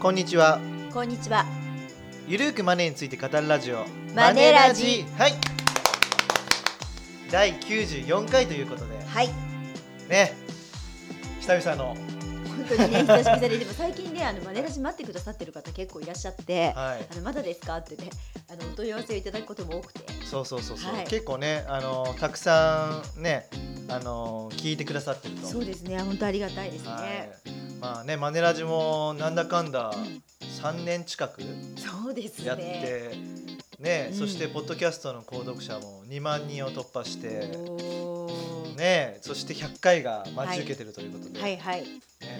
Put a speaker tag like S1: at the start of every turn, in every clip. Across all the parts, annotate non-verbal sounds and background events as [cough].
S1: こんにちは
S2: こんにちは。
S1: ゆるーくマネーについて語るラジオ
S2: マネラジ
S1: はい第94回ということで
S2: はい。
S1: ね久々の
S2: 本当にね、久しぶりで、でも最近ね、あのマネラジ待ってくださってる方結構いらっしゃって。
S1: はい
S2: あのまだですかってね、あのお問い合わせをいただくことも多くて。
S1: そうそうそうそう、
S2: はい
S1: 結構ねあのたくさんねあの聞いてくださってると
S2: そうですね、本当ありがたいです
S1: はい
S2: ね。
S1: まあねマネラジもなんだかんだ3年近く
S2: そうです
S1: やって
S2: ね。
S1: ね、
S2: うん
S1: そしてポッドキャストの購読者も2万人を突破して、
S2: おー
S1: ね、そして100回が待ち受けてるということで、
S2: はいはい。
S1: ね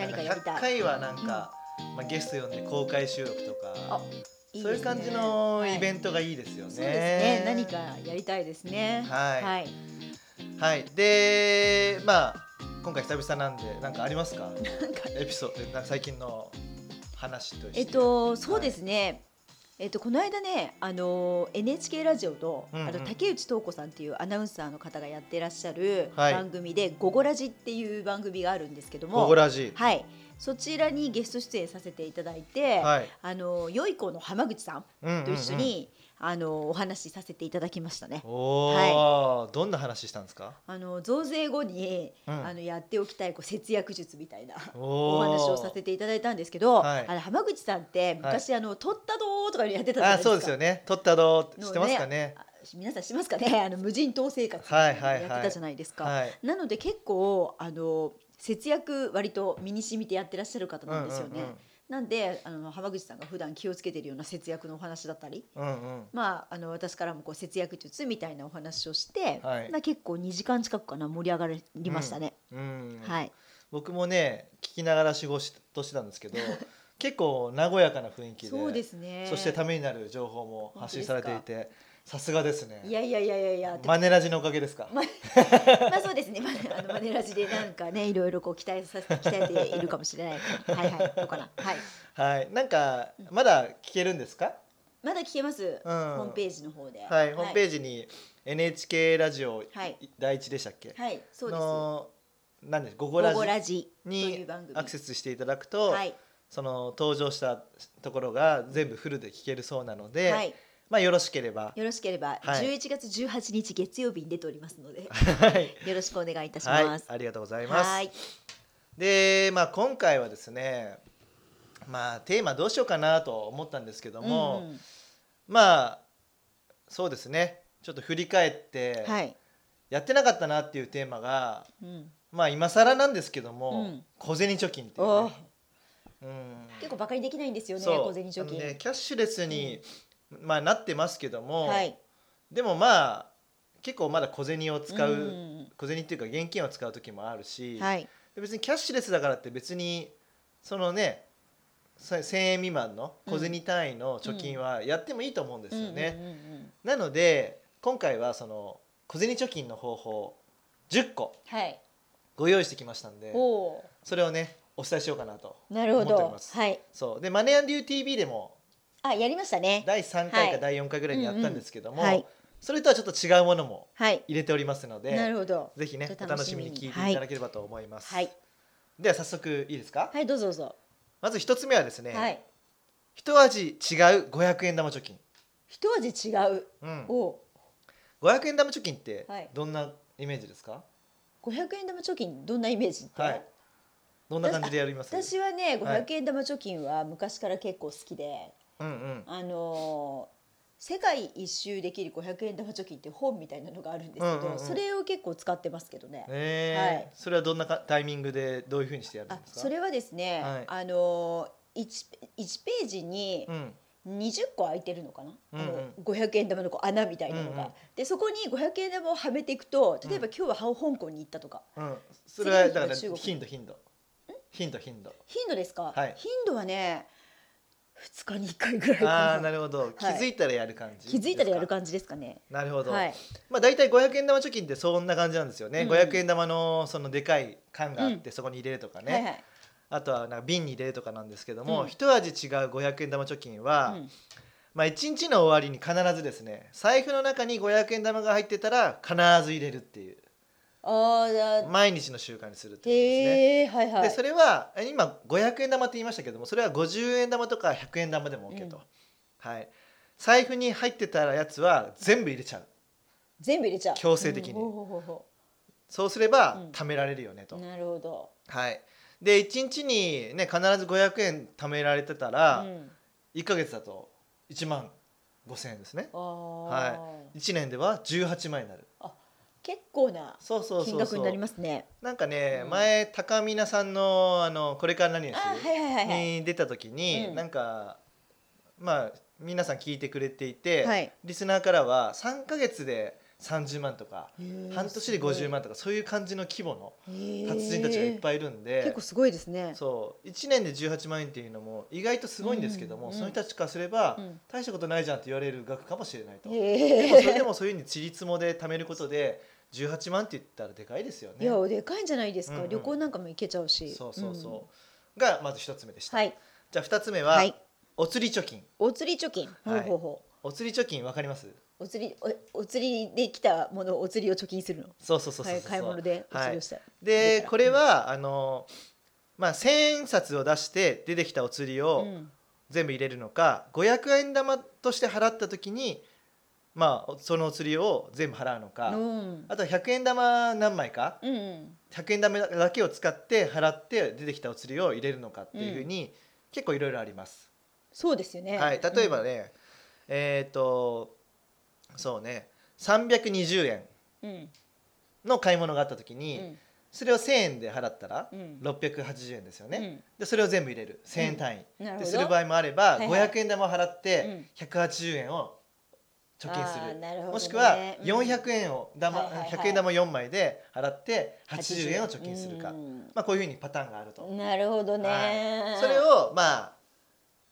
S2: 何かやりたい
S1: 100回はなんか、まあ、ゲスト呼んで公開収録とか
S2: あいいですね
S1: そういう感じのイベ
S2: はい
S1: ントがいいですよね。
S2: そうですね、何かやりたいですね。
S1: はい
S2: はい。
S1: はい、でまあ今回久々なんで何かありますか
S2: なんか
S1: エピソードなんか最近の話として
S2: えっと、そうですね。えっと、この間ね、あの NHK ラジオと、
S1: うんうん
S2: あの竹内東子さんっていうアナウンサーの方がやってらっしゃる
S1: はい
S2: 番組で「ゴゴラジ」っていう番組があるんですけど
S1: 「ゴ
S2: も
S1: ゴ、ラジ
S2: はい、そちらにゲスト出演させていただいて、
S1: はい
S2: あの良い子の浜口さん
S1: うんうんうん
S2: と一緒に、あのお話しさせていただきましたね。
S1: おお、どんな話したんですか
S2: あの増税後に、
S1: うん
S2: あのやっておきたいこう節約術みたいな
S1: お
S2: お話をさせていただいたんですけど、
S1: はい
S2: あの浜口さんって昔、あの取ったどーとかいうのやってたじゃな
S1: あ
S2: いですか。
S1: そうですよね取ったどう
S2: の
S1: 知ってますかね
S2: あ皆さんしますかね。 [laughs] あの無人島生活
S1: は
S2: や
S1: い
S2: って
S1: はいはい
S2: たじゃないですか。
S1: はい
S2: なので結構あの節約割と身に染みてやってらっしゃる方なんですよね。なんであの浜口さんが普段気をつけてるような節約のお話だったり。
S1: うんうん
S2: まあ、あの私からもこう節約術みたいなお話をして、
S1: はい
S2: まあ結構2時間近くかな盛り上がりましたね、
S1: うんうん
S2: はい
S1: 僕もね聞きながら仕事してたん
S2: [laughs]
S1: ですけど結構和やかな雰囲気で
S2: そうですね
S1: そしてためになる情報も発信されていてさすがですね
S2: いやいやいやいやいや、
S1: マネラジのおかげですか、
S2: まあそうですね、まあ、あのマネラジでなんかねいろいろこう期待させて鍛えているかもしれないはいはいどうかなはい
S1: はいなんかまだ聞けるんですか、
S2: まだ聞けます、
S1: うん、
S2: ホーム
S1: ー
S2: ページの方で
S1: ジはい、ホームペ
S2: ジ
S1: ージに NHK ラジオ
S2: はい
S1: 第一でしたっけ、
S2: はいそうです「
S1: のなんです「ゴ
S2: ゴ
S1: ゴラ
S2: ゴラ
S1: ジ
S2: ジ」とい
S1: に
S2: う番組
S1: アクセスしていただくと、
S2: はい
S1: その登場したところが全部フルで聞けるそうなので、
S2: はい
S1: まあよろしければ、
S2: よろしければ
S1: はい
S2: 11月18日月曜日に出ておりますので、
S1: はい、
S2: よろしくお願いいたし
S1: は
S2: ま
S1: い
S2: す、
S1: ありがとうございます。
S2: はい
S1: で、まあ今回はですね、まあテーマどうしようかなと思ったんですけども、
S2: うんうん
S1: まあそうですね、ちょっと振り返って、
S2: はい
S1: やってなかったなっていうテーマが、
S2: うん
S1: まあ今更なんですけども、
S2: うん
S1: 小銭貯金っていう
S2: お
S1: ね、
S2: ー
S1: うん、
S2: 結構バカにできないんですよね
S1: そう
S2: 小銭貯金、
S1: あのねキャッシュレスに、まあなってますけども、
S2: はい
S1: でもまあ結構まだ小銭を使う、
S2: うん
S1: 小銭っていうか現金を使う時もあるし、
S2: はい
S1: で別にキャッシュレスだからって別にそのねさ1000円未満の小銭単位の貯金はやってもいいと思うんですよね。
S2: うんうんうんうん
S1: なので今回はその小銭貯金の方法10個
S2: はい
S1: ご用意してきましたんで
S2: おお
S1: それをねお伝えしようかなと。
S2: なるほ
S1: 思っており
S2: ど
S1: ます
S2: はい
S1: そうでマネーリュー TV でも
S2: あやりましたね
S1: 第3回
S2: は
S1: か
S2: い
S1: 第4回ぐらいにやったんですけども、
S2: うんうんはい
S1: それとはちょっと違うものも
S2: はい
S1: 入れておりますので
S2: なるほど
S1: ぜひねお
S2: お
S1: 楽
S2: 楽
S1: し
S2: し
S1: みに
S2: みに
S1: 聞いていただければと思います、
S2: はい
S1: では早速いいですか、
S2: はいどうぞどうぞ
S1: まず一つ目はですね、
S2: はい
S1: 一味違う500円玉貯金、
S2: 一味違う
S1: うん、
S2: お
S1: 500円玉貯金って
S2: はい
S1: どんなイメージですか
S2: 500円玉貯金どんなイメージって、
S1: はいどんな感じでやります
S2: 私はね
S1: はい
S2: 500円玉貯金は昔から結構好きで、
S1: うんうん
S2: あのー世界一周できる500円玉貯金」っていう本みたいなのがあるんですけど、
S1: うんうんうん
S2: それを結構使ってますけどね。
S1: えー
S2: はい
S1: それはどんなかタイミングでどういうふうにしてやるん
S2: あ
S1: ですか
S2: それはですね、
S1: はい
S2: あのー 1, 1ページに
S1: うん
S2: 20個空いてるのかな、
S1: うんうん
S2: あの500円玉のこう穴みたいなのが、
S1: うんうん
S2: でそこに500円玉をはめていくと例えば今日は香港に行ったとか、
S1: うん、それは
S2: 次の日は
S1: だから
S2: 中国
S1: 頻度頻度頻度
S2: [laughs]
S1: 頻度
S2: 頻度ですか、
S1: はい
S2: 頻度はね2日に1回ぐらい
S1: ああ
S2: か
S1: ー
S2: な
S1: なるほど、気づいたらやる感じ
S2: 気づいたらやる
S1: じ
S2: 感じですかね。
S1: なるほど、
S2: はい、
S1: まあ、大体500円玉貯金ってそんな感じなんですよね、
S2: うん
S1: 500円玉のそのでかい缶があってそこに入れるとかね、
S2: はいはい
S1: あとはなんか瓶に入れるとかなんですけども、
S2: うん
S1: 一味違う500円玉貯金は、
S2: うん
S1: まあ、1日の終わりに必ずですね財布の中に500円玉が入ってたら必ず入れるっていう
S2: ああじゃあ
S1: 毎日の習慣にするってことですね。
S2: へえはいはい
S1: でそれはえ今500円玉って言いましたけどもそれは50円玉とか100円玉でも OK と、
S2: うん
S1: はい、財布に入ってたやつは全部入れちゃう
S2: 全部入れちゃう
S1: 強制的に
S2: うんほうほうほうほ
S1: そうすれば
S2: うん
S1: 貯められるよねと、
S2: うなるほど
S1: はい、で1日に、ね、必ず500円貯められてた
S2: う
S1: ら、
S2: ん、
S1: 1か月だと1万5000円ですね
S2: ああ、
S1: 1年では18万円になる
S2: 結構な
S1: そうそう
S2: 金
S1: そう
S2: 額
S1: そ
S2: に
S1: う
S2: なりますね
S1: なんかね、
S2: うん
S1: 前高見菜さんのあの「これから何をす
S2: あ
S1: る?」
S2: はいはいはいはい
S1: に出た時に、
S2: うん
S1: なんかまあ皆さん聞いてくれていて、
S2: はい
S1: リスナーからは3か月で30万とか
S2: へー
S1: 半年で50万とかそういう感じの規模の
S2: すごい
S1: 達人たちがいっぱいいるん
S2: へ
S1: で、
S2: ー結構すごいですね
S1: そう1年で18万円っていうのも意外とすごいんですけども、
S2: うん
S1: その人たちからすれば、
S2: うん
S1: 大したことないじゃんって言われる額かもしれないと、でもそれ
S2: へ
S1: で
S2: え
S1: もそういうふうにちりつもで貯めることで18万って言ったらでかいですよ
S2: い
S1: ね。
S2: やでかいんじゃないですか、
S1: うんうん
S2: 旅行なんかも行けちゃうし
S1: そうそうそう、
S2: ん
S1: がまず一つ目でした、
S2: はい
S1: じゃあ二つ目は、
S2: はい
S1: お釣り貯金
S2: お釣り貯金、
S1: はい
S2: ほうほうほう
S1: お釣り貯金わかります
S2: お釣りおお釣りできたものをお釣りを貯金するの
S1: そうそうそうそうそう
S2: はい買い物でお釣りをした、
S1: で
S2: 出た
S1: これはあのまあ千円札を出して出てきたお釣り
S2: う
S1: を
S2: ん
S1: 全部入れるのか、500円玉として払った時にまあそのお釣りを全部払うのか、
S2: うん
S1: あとは100円玉何枚か
S2: うんうん
S1: 100円玉だけを使って払って出てきたお釣りを入れるのかっていうふうに、結構いろいろあります。
S2: そうですよね
S1: はい、例えばね、えっ、とそうね320円
S2: うんうん
S1: の買い物があった時に、
S2: うん
S1: それを1000円で払ったら、
S2: うん
S1: 680円ですよね、
S2: うん
S1: でそれを全部入れる1000円単位、
S2: なるほ
S1: で
S2: ど
S1: する場合もあれば、
S2: はいはい
S1: 500円玉を払っ
S2: う
S1: て
S2: ん
S1: 180円を貯金す
S2: あ
S1: る,、
S2: ーなるほどね
S1: もしくは
S2: うん
S1: 400円を玉、
S2: はいはいはい
S1: 100円玉4枚で払って80円を貯金するか、
S2: うん
S1: まあ、こういうふうにパターンがあると、
S2: なるほどね、
S1: はいそれをまあ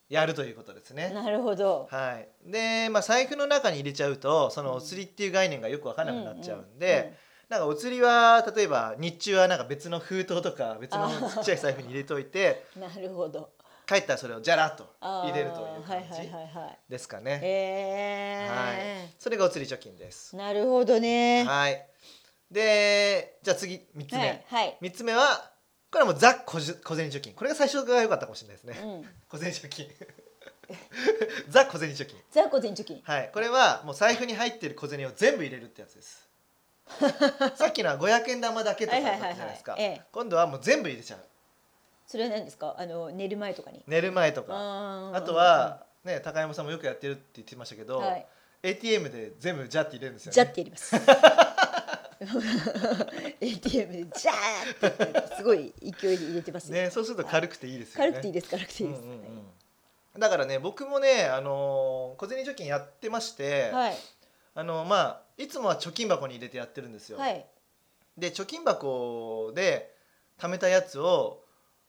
S1: やるということですね。
S2: なるほど、
S1: はい、で、まあ、財布の中に入れちゃうとそのお釣りっていう概念がよく分からなくなっちゃうんで、
S2: うんうんうん
S1: なんかお釣りは例えば日中はなんか別の封筒とか別のちっちゃい財布に入れといて
S2: なるほど
S1: 帰ったらそれをじゃらっと
S2: あー
S1: 入れるという感
S2: はい
S1: じ
S2: はいはいはい
S1: ですかね。
S2: えー
S1: はい、それがお釣り貯金です。
S2: なるほどね
S1: はい、でじゃあ次3つ目、
S2: はいはい、
S1: 3つ目はこれはもうザ小銭貯金これが最初が良かったかもしれないですね。
S2: うん、
S1: 小銭貯金 [laughs] ザ小銭貯金
S2: ザ個人貯金
S1: はい、これはもう財布に入ってる小銭を全部入れるってやつ
S2: [laughs]
S1: です。さっきのは500円玉だけとかだったじゃないですか
S2: はいはいはいはいええ。
S1: 今度はもう全部入れちゃう。
S2: それは何ですかあの寝る前とかに
S1: 寝る前とか。
S2: あー
S1: あとはね高山さんもよくやってるって言ってましたけど、
S2: はい
S1: ATM で全部ジャって入れるんですよ
S2: ジャ
S1: ね
S2: っ。てやります [laughs] ATM でジャーってやってすごい勢いで入れてますね
S1: ね、そうすると軽くていいですよね。
S2: 軽くていいです軽くていいです、
S1: うんうんうんだからね僕もねあのー小銭貯金やってまして、
S2: はい
S1: あのまあいつもは貯金箱に入れてやってるんですよ。
S2: はい
S1: で貯金箱で貯めたやつを、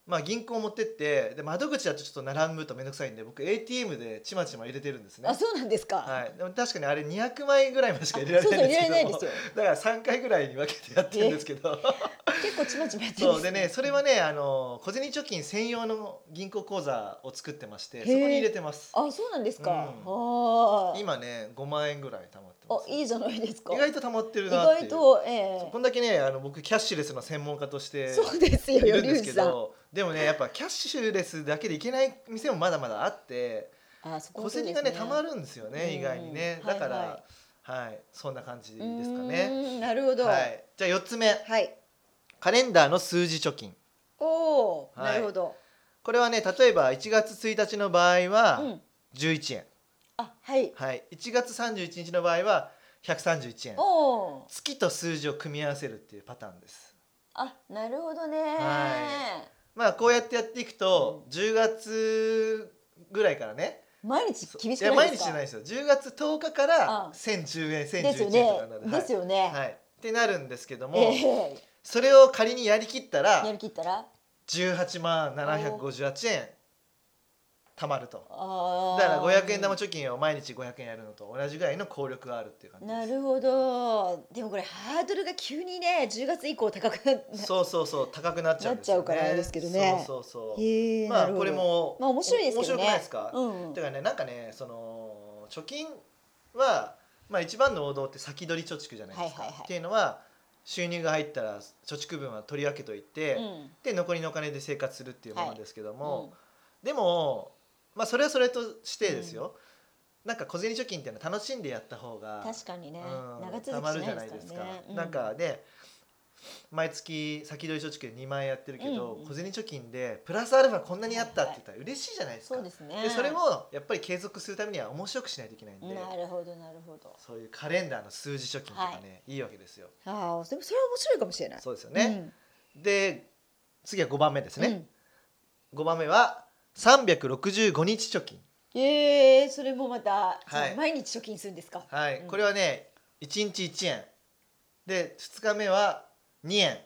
S1: まあ、銀行持ってってで窓口だとちょっと並ぶと面倒くさいんで僕 ATM でちまちま入れてるんですね
S2: あ。そうなんですか、
S1: はい、でも確かにあれ200枚ぐらいまでしか入れら
S2: あ
S1: れ
S2: そう
S1: な
S2: そう
S1: いん
S2: 入れられな
S1: で
S2: いですす
S1: けど
S2: よ
S1: [laughs] だから3回ぐらいに分けてやってるんですけど
S2: 結構ちまちまやってる
S1: [laughs]
S2: ん
S1: そうでねそれはねあの小銭貯金専用の銀行口座を作ってまして
S2: へ
S1: そ
S2: ー
S1: こに入れてます
S2: あそうなんですか、
S1: うん
S2: はあ
S1: 今ね5万円ぐらい貯まってま
S2: あ
S1: す
S2: いいじゃないですか
S1: 意外と貯まってる
S2: 意
S1: なっていう
S2: 外とえ
S1: こんだけねあの僕キャッシュレスの専門家とし
S2: え
S1: て
S2: そうです
S1: い
S2: よ
S1: るんで
S2: リュ
S1: す
S2: ウジ
S1: け
S2: さん
S1: どでもねやっぱキャッシュレスだけでいけない店もまだまだあって
S2: あそこ
S1: 小
S2: もそうで
S1: 銭
S2: す
S1: がねたまるんですよ
S2: うん
S1: ね意外にねだから
S2: は
S1: はいそんな感じで
S2: う
S1: いいですか
S2: ー
S1: ね
S2: んなるほど
S1: は
S2: はい、
S1: いじゃあ4つ目カレンダーの数字貯金
S2: おお、
S1: はい
S2: なるほど
S1: これはね例えば1月1日の場合
S2: う
S1: は
S2: ん
S1: 11円
S2: あはい
S1: はい1月31日の場合は131円
S2: おお
S1: 月と数字を組み合わせるっていうパターンです
S2: あなるほどね、
S1: はまあこうやってやっていくと10月ぐらいからね
S2: 毎日厳し
S1: い
S2: く
S1: や
S2: ない
S1: 毎
S2: で
S1: 日
S2: す
S1: じゃな
S2: か
S1: いですよ10月10日から
S2: あ
S1: 1010円1011円
S2: ですよ
S1: とか
S2: ね
S1: なる
S2: ですよね、
S1: はいはい、ってなるんですけども、
S2: え
S1: それを仮にやりきった
S2: えや
S1: ら
S2: りきったら
S1: 18万758円貯まると
S2: あ
S1: だ
S2: あ
S1: から500円玉貯金を毎日500円やるのと同じぐらいの効力があるっていう感じ
S2: な
S1: で
S2: るほどでもこれハードルが急にね10月以降高くなっ
S1: すそうそうそう高くなっちゃうんですよね
S2: なっちゃうからあれですけどね
S1: そうそうそう
S2: へえ
S1: ま
S2: な
S1: あ
S2: るほど
S1: これも、
S2: まあ面白いですけどね
S1: 面白くないですか、
S2: うんうん
S1: だからねなんかねその貯金は、まあ、一番の王道って先取り貯蓄じゃないですか、
S2: はいはいはい
S1: っていうのは収入が入ったら貯蓄分は取り分けといて、
S2: うん
S1: で残りのお金で生活するっていうものですけども、
S2: うん
S1: でも、まあ、それはそれとしてですよ、なんか小銭貯金っていうのは楽しんでやった方が
S2: 確かにね、
S1: うん
S2: 長
S1: た
S2: 続き
S1: ま
S2: し
S1: るじ
S2: な
S1: ゃ
S2: いで
S1: ない
S2: すから
S1: ですか。
S2: ね。う
S1: なんかね毎月先取り貯蓄で2万円やってるけど、
S2: うんうん
S1: 小銭貯金でプラスアルファこんなにあったって言ったら嬉しいじゃないですか。
S2: そうですね。
S1: でそれもやっぱり継続するためには面白くしないといけないんで、
S2: なるほどなるほど。
S1: そういうカレンダーの数字貯金とかね、い、いわけですよ。
S2: ああ、でもそれは面白いかもしれない。
S1: そうですよね。で次は5番目です
S2: うん。
S1: ね。5番目は365日貯金。
S2: うん。ええそれもまた、じゃあ
S1: はい
S2: 毎日貯金するんですか。
S1: はい、
S2: うん
S1: これはね1日1円で2日目は2円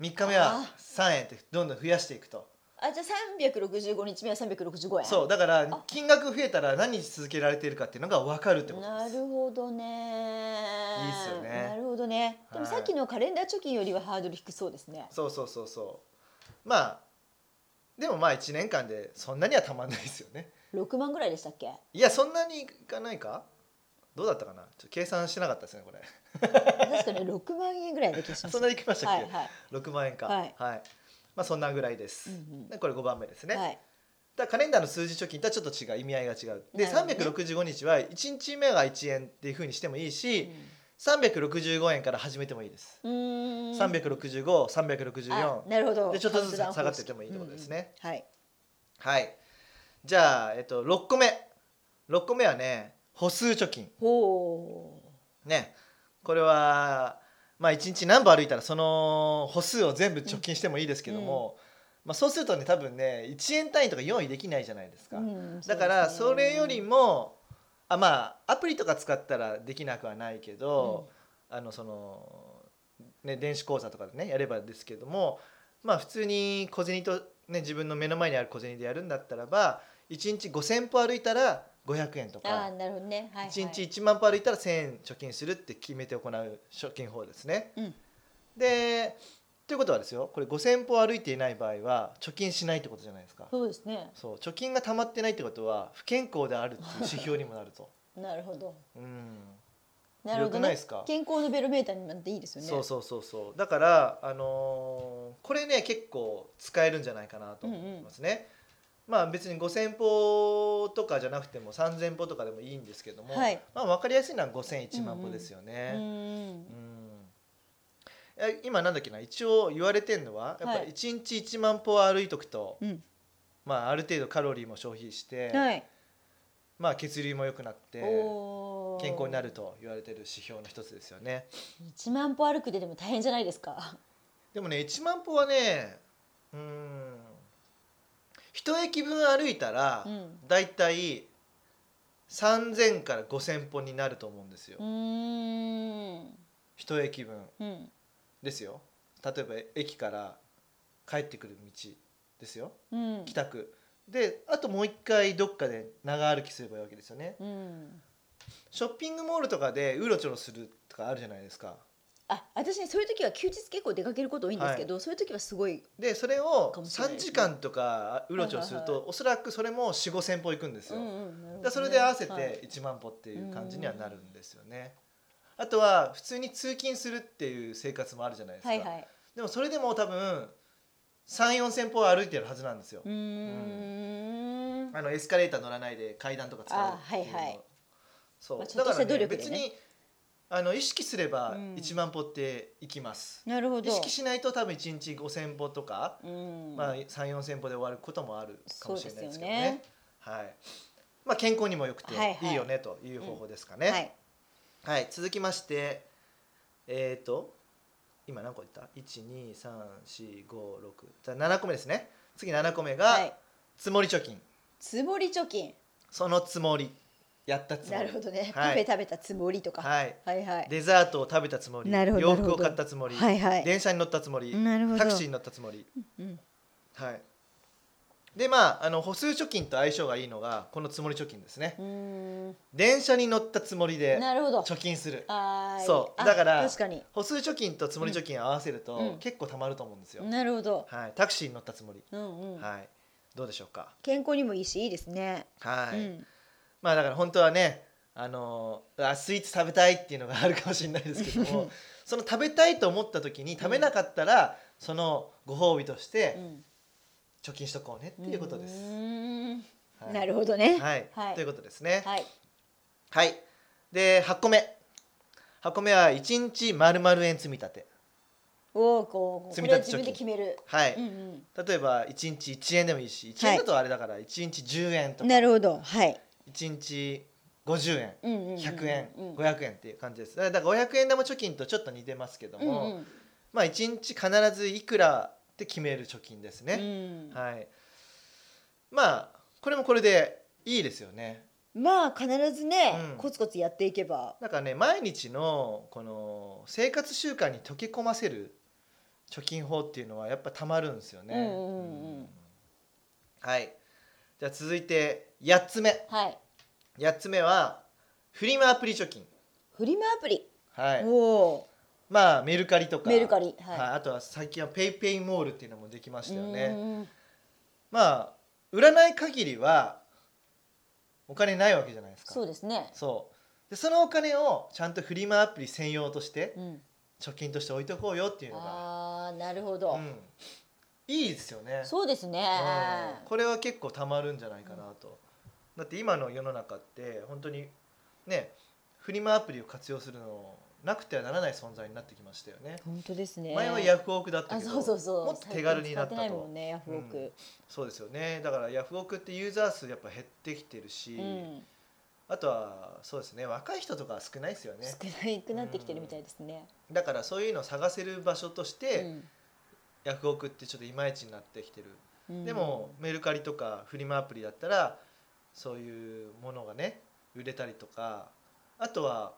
S1: 3日目は
S2: あ
S1: 3円ってどんどん増やしていくと
S2: あ、じゃあ三百六十五日目は三百六十五円。
S1: そうだから
S2: あ
S1: 金額増えたら何日続けられているかっていうのが分かるってこと
S2: な
S1: で
S2: る
S1: す
S2: ほどね。い
S1: いいっすよね
S2: なるほどね。でも
S1: はい
S2: さっきのカレンダー貯金よりはハードル低そうですね。
S1: そうそうそうそうまあでもまあ1年間でそんなにはたまんないですよね
S2: 六万ぐらいでしたっ
S1: [laughs]
S2: け？
S1: いやそんなにいかないかどうだったかなちょっと計算してなかったですねこ
S2: [laughs]
S1: れ
S2: 確かに六万円ぐらいで気がしまし
S1: そん
S2: た。
S1: なにいきましたっ
S2: は
S1: け、
S2: いはい。
S1: 6万円か
S2: はい
S1: まあそんなぐらいです、
S2: うんうん
S1: でこれ5番目ですね、
S2: はい。
S1: だからカレンダーの数字貯金とはちょっと違う意味合いが違うで、
S2: なるほどね
S1: 365日は1日目が1円っていうふうにしてもいいし、365円から始めてもいいです、
S2: うーん。
S1: 365364
S2: あなるほど。
S1: でちょっとずつ
S2: カウントダ
S1: 下
S2: ウン方式
S1: がってってもいいってことですね。
S2: うんうんはい。
S1: はいじゃあ、えっと、6個目6個目はね歩数貯金
S2: ほ
S1: ねこれはまあ1日何歩歩いたらその歩数を全部貯金してもいいですけども、まあ、そうするとね多分ね1円単位とか用意できないじゃないです
S2: う
S1: か、
S2: うん。
S1: だからそれより
S2: も
S1: もあまあアプリとか使ったらできなくはないけど、あのそのね電子口座とかでねやればですけどもまあ普通に小銭とね自分の目の前にある小銭でやるんだったらば1日5,000歩歩いたら500円とか
S2: あーなるほどね。はいはい。
S1: 1日1万歩歩いたら1,000円貯金するって決めて行う貯金法ですね。
S2: うん
S1: でということはですよこれ5,000歩歩いていない場合は貯金しないってことじゃないですか。
S2: そうですね。
S1: そう貯金が溜まってないってことは不健康であるっていう指標にもなると
S2: なるほど。
S1: うん
S2: なる
S1: よ
S2: ほ
S1: く
S2: ど
S1: ない
S2: ね
S1: ですか。
S2: 健康のベロメーターになっていいですよね。
S1: そうそうそうそうだからあのーこれね結構使えるんじゃないかなと思いますね、まあ別に5,000歩とかじゃなくても3,000歩とかでもいいんですけども、
S2: はい
S1: まあ分かりやすいのは5,0001万歩ですよ
S2: う
S1: ね、
S2: ーん
S1: うん。え今なんだっけな一応言われてんのはやっぱ
S2: は
S1: り
S2: い
S1: 1日1万歩歩いとくと、
S2: うん。
S1: まあ、ある程度カロリーも消費して、
S2: はい。
S1: まあ、血流も良くなって
S2: おー
S1: 健康になると言われてる指標の一つですよね
S2: 1万歩歩くででも大変じゃないですか
S1: でもね1万歩はねうーん一駅分歩いたら、
S2: うん
S1: だいたい3000から5000歩になると思うんですよ
S2: うーん
S1: 一駅分
S2: うん
S1: ですよ例えば駅から帰ってくる道ですよ
S2: うん
S1: 帰宅であともう一回どっかで長歩きすればいいわけですよね
S2: うん
S1: ショッピングモールとかでうろちょろするとかあるじゃないですか
S2: あ私ねそういう時は休日結構出かけること多いんですけど、そういう時はすごい
S1: でそれを
S2: かもしれな
S1: 3
S2: いですね
S1: 時間とかうろちょろすると、
S2: はいはい
S1: おそらくそれも4 5千歩行くんですよ、
S2: んなるほどね
S1: でそれで合わせ
S2: はい
S1: て1万歩っていう感じにはなるんですよね、あとは普通に通勤するっていう生活もあるじゃないですか、
S2: はいはい
S1: でもそれでも多分3 4千歩は歩いてるはずなんですよ、
S2: うーん
S1: あのエスカレーター乗らないで階段とか使うっていうの
S2: あはいはい
S1: そう、
S2: まあちょっとした努力でね
S1: だから別にあの意識すれば
S2: うん
S1: 1万歩っていきます、
S2: なるほど
S1: 意識しないと多分1日5千歩とか、
S2: うん
S1: まあ、3 4千歩で終わることもあるかもしれないですけどね
S2: そうです
S1: はいまあ、健康にもよくて
S2: はいはい
S1: いいよねという方法ですかね、
S2: は
S1: はい
S2: い
S1: 続きましてえっ、と今何個言った ?1234567 じゃあ7個目ですね次7個目
S2: は
S1: が
S2: い
S1: 積もり貯金、
S2: つもり貯金
S1: そのつもりやったつもり
S2: なるほどね、
S1: はい
S2: パフェ食べたつもりとか、
S1: はい、
S2: はいはい
S1: デザートを食べたつもり
S2: なるほど
S1: 洋
S2: なる
S1: 服
S2: ほ
S1: を
S2: ど
S1: 買ったつもり、
S2: はいはい
S1: 電車に乗ったつもり
S2: なるほど
S1: タクシーに乗ったつもり
S2: うん
S1: はい。でまああの歩数貯金と相性がいいのがこの積もり貯金ですね
S2: う。ーん
S1: 電車に乗ったつもりで
S2: なるほど
S1: 貯金する。
S2: あー
S1: そう
S2: あ
S1: だから
S2: 確かに
S1: 歩数貯金と積もり貯金合わせると、
S2: うん
S1: 結構たまると思うんですよ。
S2: なるほど、
S1: はい。タクシーに乗ったつもり。
S2: うんうん
S1: はい。どうでしょうか。
S2: 健康にもいいしいいですね、
S1: はい。
S2: うん
S1: まあだから本当はねあのあスイーツ食べたいっていうのがあるかもしれないですけどもその食べたいと思った時に食べなかったら、そのご褒美として
S2: ん
S1: 貯金しとこうねっていうことです。
S2: うーん
S1: はい
S2: なるほどね。
S1: はい、
S2: はい
S1: ということですね。はい、
S2: はい。
S1: で8個目8個目は1日まるまる円積み立て、
S2: おお、こう、こ
S1: 積み
S2: れは
S1: 立
S2: 自
S1: て貯金
S2: 分で決める。
S1: はい
S2: うん
S1: 例えば1日1円でもいいし1
S2: はい
S1: 円だとあれだから1日10円
S2: う
S1: と
S2: ん。
S1: か
S2: なるほど。はい。
S1: 1日50円
S2: うんうんうんうん。
S1: 100円
S2: うん
S1: 500円っていう感じですだから500円玉貯金とちょっと似てますけど
S2: うん
S1: も、
S2: うん
S1: まあ1日必ずいくらって決める貯金ですね、
S2: うん
S1: はいまあこれもこれでいいですよね
S2: まあ必ずね
S1: うん
S2: コツコツやっていけば
S1: だからね毎日のこの生活習慣に溶け込ませる貯金法っていうのはやっぱたまるんですよね、
S2: うんうんうん
S1: はいじゃあ続いて8つ目
S2: はい
S1: 8つ目はフリマアプリ貯金
S2: フリマアプリ
S1: はい
S2: おお
S1: まあメルカリとか
S2: メルカリ
S1: はい
S2: は
S1: あとは最近はペイペイモールっていうのもできま
S2: い
S1: したよ
S2: うん
S1: ね
S2: うんうん
S1: まあ売らない限りはお金ないわけじゃないですか
S2: そうですね
S1: そうでそのお金をちゃんとフリマアプリ専用として
S2: うん
S1: 貯金として置いとこうよっていうのが、
S2: あーなるほ
S1: う
S2: ど
S1: ん、いいですよね
S2: そうですね
S1: うんこれは結構たまるんじゃないかなと、だって今の世の中って本当にねフリマアプリを活用するのなくてはならない存在になってきましたよね、
S2: 本当ですね
S1: 前はヤフオクだった
S2: あ
S1: けど
S2: そうそうそう
S1: もっと手軽になった
S2: 最近使ってないも
S1: と
S2: んねヤフオク
S1: そうですよねだからヤフオクってユーザー数やっぱ減ってきてるし、
S2: うん
S1: あとはそうですね若い人とかは少ないですよね
S2: 少なくなってきてるみたいですね
S1: だからそういうのを探せる場所とし
S2: う
S1: て、
S2: ん
S1: ヤフオクってちょっといまいちになってきてる、
S2: うん
S1: でもメルカリとかフリマアプリだったらそういうものがね売れたりとかあとは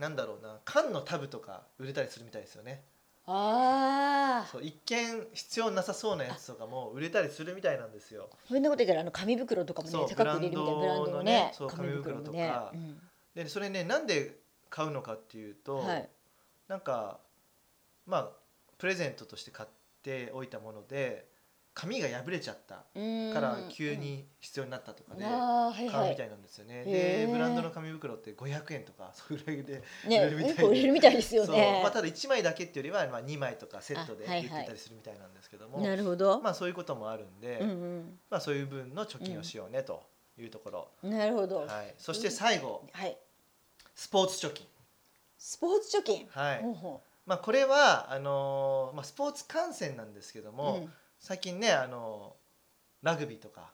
S1: なんだろうな缶のタブとか売れたりするみたいですよね
S2: ああ
S1: そう一見必要なさそうなやつとかも売れたりするみたいなんですよ
S2: こんなこと言ったらあの紙袋とかもね
S1: そう
S2: 高く売れるみたいな
S1: ブラ
S2: ブラ
S1: ンド
S2: ンド
S1: の
S2: の
S1: ね
S2: ね
S1: そう
S2: 紙袋もね
S1: 紙袋とか
S2: うん
S1: でそれねなんで買うのかっていうと、
S2: はい
S1: なんかまあプレゼントとして買っておいたもので紙が破れちゃった
S2: うん
S1: から急に必要になったとかで
S2: あーはいは
S1: 買うみ
S2: い
S1: たいなんですよね、
S2: へ
S1: で
S2: ー
S1: ブランドの紙袋って500円とか [laughs] それぐらいで、
S2: ね
S1: 売れるみたい
S2: うん
S1: で
S2: こ売れるみたいですよ
S1: そう
S2: ね
S1: まあ、ただ1枚だけっていうよりは、まあ、2枚とかセットで
S2: あはい
S1: 売
S2: はい
S1: ってたりするみたいなんですけども、
S2: なるほど
S1: まあ、そういうこともあるんで、
S2: うん
S1: まあ、そういう分の貯金をしようねというところ、
S2: うんなるほどは
S1: はい、そして最後
S2: い
S1: スポーツ貯金、
S2: スポーツ貯金
S1: はい
S2: ほうほ
S1: まあ、これはあのーまあ、スポーツ観戦なんですけど
S2: う
S1: も、
S2: うん
S1: 最近ねあのラグビーとか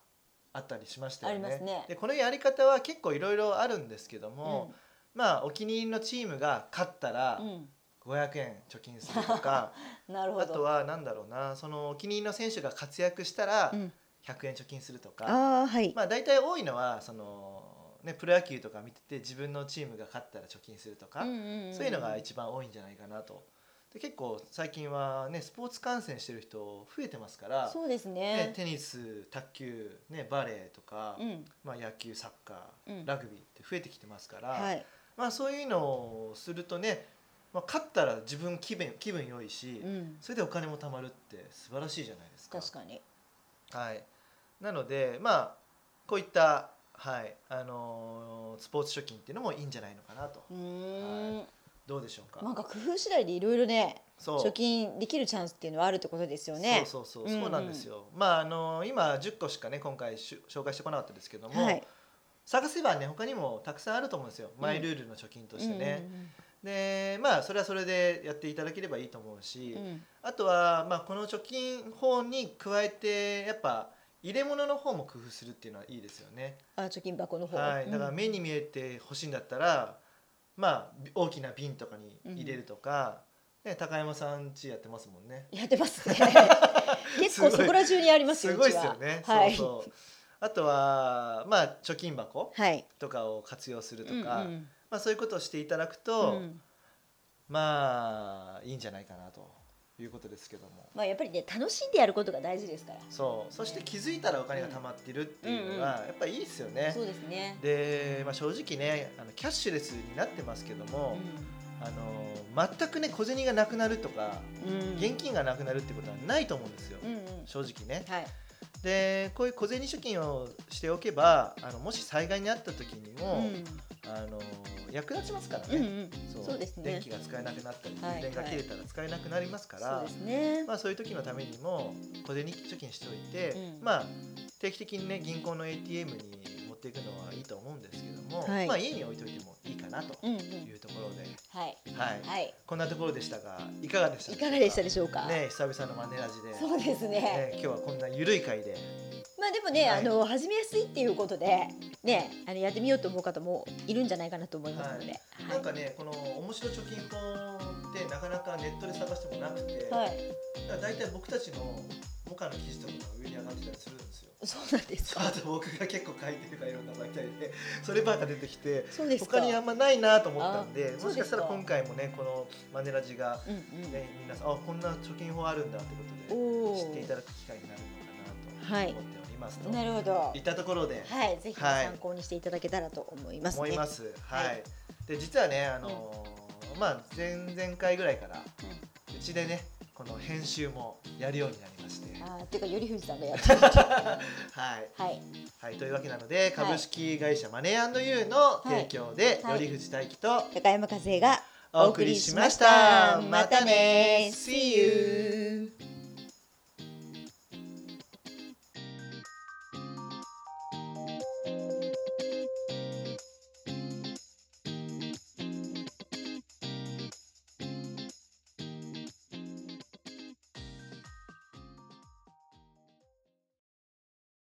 S1: あったりしましたよね。
S2: ありますね
S1: でこのやり方は結構いろいろあるんですけども、まあお気に入りのチームが勝ったら
S2: うんうん
S1: 500円貯金するとか、
S2: [laughs] なるほど
S1: あとはなんだろうなそのお気に入りの選手が活躍したら
S2: うん
S1: 100円貯金するとか、
S2: ああはい
S1: まあ大体多いのはその、ね、プロ野球とか見てて自分のチームが勝ったら貯金するとか、そういうのが一番多いんじゃないかなと。で結構最近はねスポーツ観戦してる人増えてますから
S2: そうです
S1: ね
S2: ね、
S1: テニス卓球、ね、バレーとか、
S2: うん
S1: まあ、野球サッカー、
S2: うん
S1: ラグビーって増えてきてますから、
S2: はい
S1: まあ、そういうのをするとね、まあ、勝ったら自分気分気分良いし、
S2: うん
S1: それでお金も貯まるって素晴らしいじゃないですか。
S2: 確かに
S1: はい、なのでまあこういった、はいあのースポーツ貯金っていうのもいいんじゃないのかなと、
S2: うーん
S1: どうでしょうか。
S2: なんか工夫次第でいろいろね
S1: そう
S2: 貯金できるチャンスっていうのはあるってことですよね
S1: そうそうそう、
S2: うんうん
S1: そうなんですよ。まああのー今10個しかね今回しゅ紹介してこなかったですけども、
S2: はい
S1: 探せばね他にもたくさんあると思うんですよ、
S2: ん
S1: マイルールの貯金としてね、
S2: うん
S1: でまあそれはそれでやっていただければいいと思うし、
S2: うんうん
S1: あとは、まあ、この貯金法に加えてやっぱ入れ物の方も工夫するっていうのはいいですよね、
S2: あ貯金箱の方
S1: はい、だから
S2: うん
S1: 目に見えて欲しいんだったら、まあ大きな瓶とかに入れるとか、ね、高山さんちやってますもんね
S2: やっ
S1: [laughs]
S2: てますね
S1: す
S2: 結構
S1: ごい
S2: そこら中にありますよ
S1: すごいうで
S2: ち
S1: すよ
S2: は
S1: ね、
S2: はい
S1: そうそうあとはまあ貯金箱
S2: はい
S1: とかを活用すると
S2: うんうん
S1: か、まあ、そういうことをしていただくと、
S2: うん
S1: まあいいんじゃないかなということですけども
S2: まあやっぱりね楽しんでやることが大事ですから
S1: そうそして気づいたらお金が貯まってるっていうのがやっぱりいいですよね
S2: そ。うですね
S1: で、まあ、正直ねあのキャッシュレスになってますけど
S2: う
S1: も、
S2: ん
S1: あの全くね小銭がなくなるとか
S2: うん
S1: 現金がなくなるってことはないと思うんですよ、
S2: うんうん
S1: 正直ね。
S2: はい
S1: でこういう小銭貯金をしておけばあのもし災害にあった時にも、
S2: うん
S1: あの役立ちますから
S2: うんう
S1: ね、
S2: ん、そうですね
S1: 電気が使えなくなったり
S2: はい
S1: 電源が切れたら使えなくなりますから、
S2: そうですね、
S1: まあ、そういう時のためにも小銭貯金しておいて、
S2: うん
S1: まあ、定期的にね銀行の ATM に持っていくのはいいと思うんですけども、
S2: はい
S1: まあ、家に置いといてもいいかなと
S2: うんうん
S1: いうところで、
S2: はい
S1: はい
S2: はい
S1: こんなところでしたがいかがでした
S2: いかがでした
S1: で
S2: でしょうか、
S1: ね久々のマネラジで、
S2: そうですね
S1: ね今日はこんな緩い回で
S2: まあでもね、
S1: はい
S2: あの始めやすいっていうことでねあのやってみようと思う方もいるんじゃないかなと思いますので、は
S1: なん
S2: い
S1: かねこの面白貯金法ってなかなかネットで探してもなくて、
S2: はい、
S1: だから大体僕たちのモカの記事とかが上に上がってたりするんですよ。
S2: そうなんです
S1: あ
S2: か
S1: と僕が結構書いてるからいろんな媒体でそればっか出てきて
S2: そうですか
S1: 他にあんまないなと思ったんで
S2: あ
S1: もしかしたら
S2: そう
S1: 今
S2: ですか
S1: 回もねこのマネラジが、
S2: うん
S1: ね、皆さんあこんな貯金法あるんだって
S2: うん
S1: こと
S2: お
S1: で知
S2: ー
S1: っていただく機会になるのか
S2: は
S1: ないと思っておりますと、、
S2: ないるほど
S1: ったところで
S2: はいぜひ
S1: はい
S2: 参考にしていただけたらと思います
S1: 思
S2: ね、
S1: います。はい、
S2: はい
S1: で実はねあのーまあ前々回ぐらいからうちでねこの編集もやるようになりまして。
S2: うんあーっていうかより富士山のやつは
S1: はい、
S2: い
S1: はい、というわけなので株式会社マネーユーの提供で、
S2: はい
S1: よりふじ大輝と
S2: 高山和恵が
S1: お送りしました。またね !See you!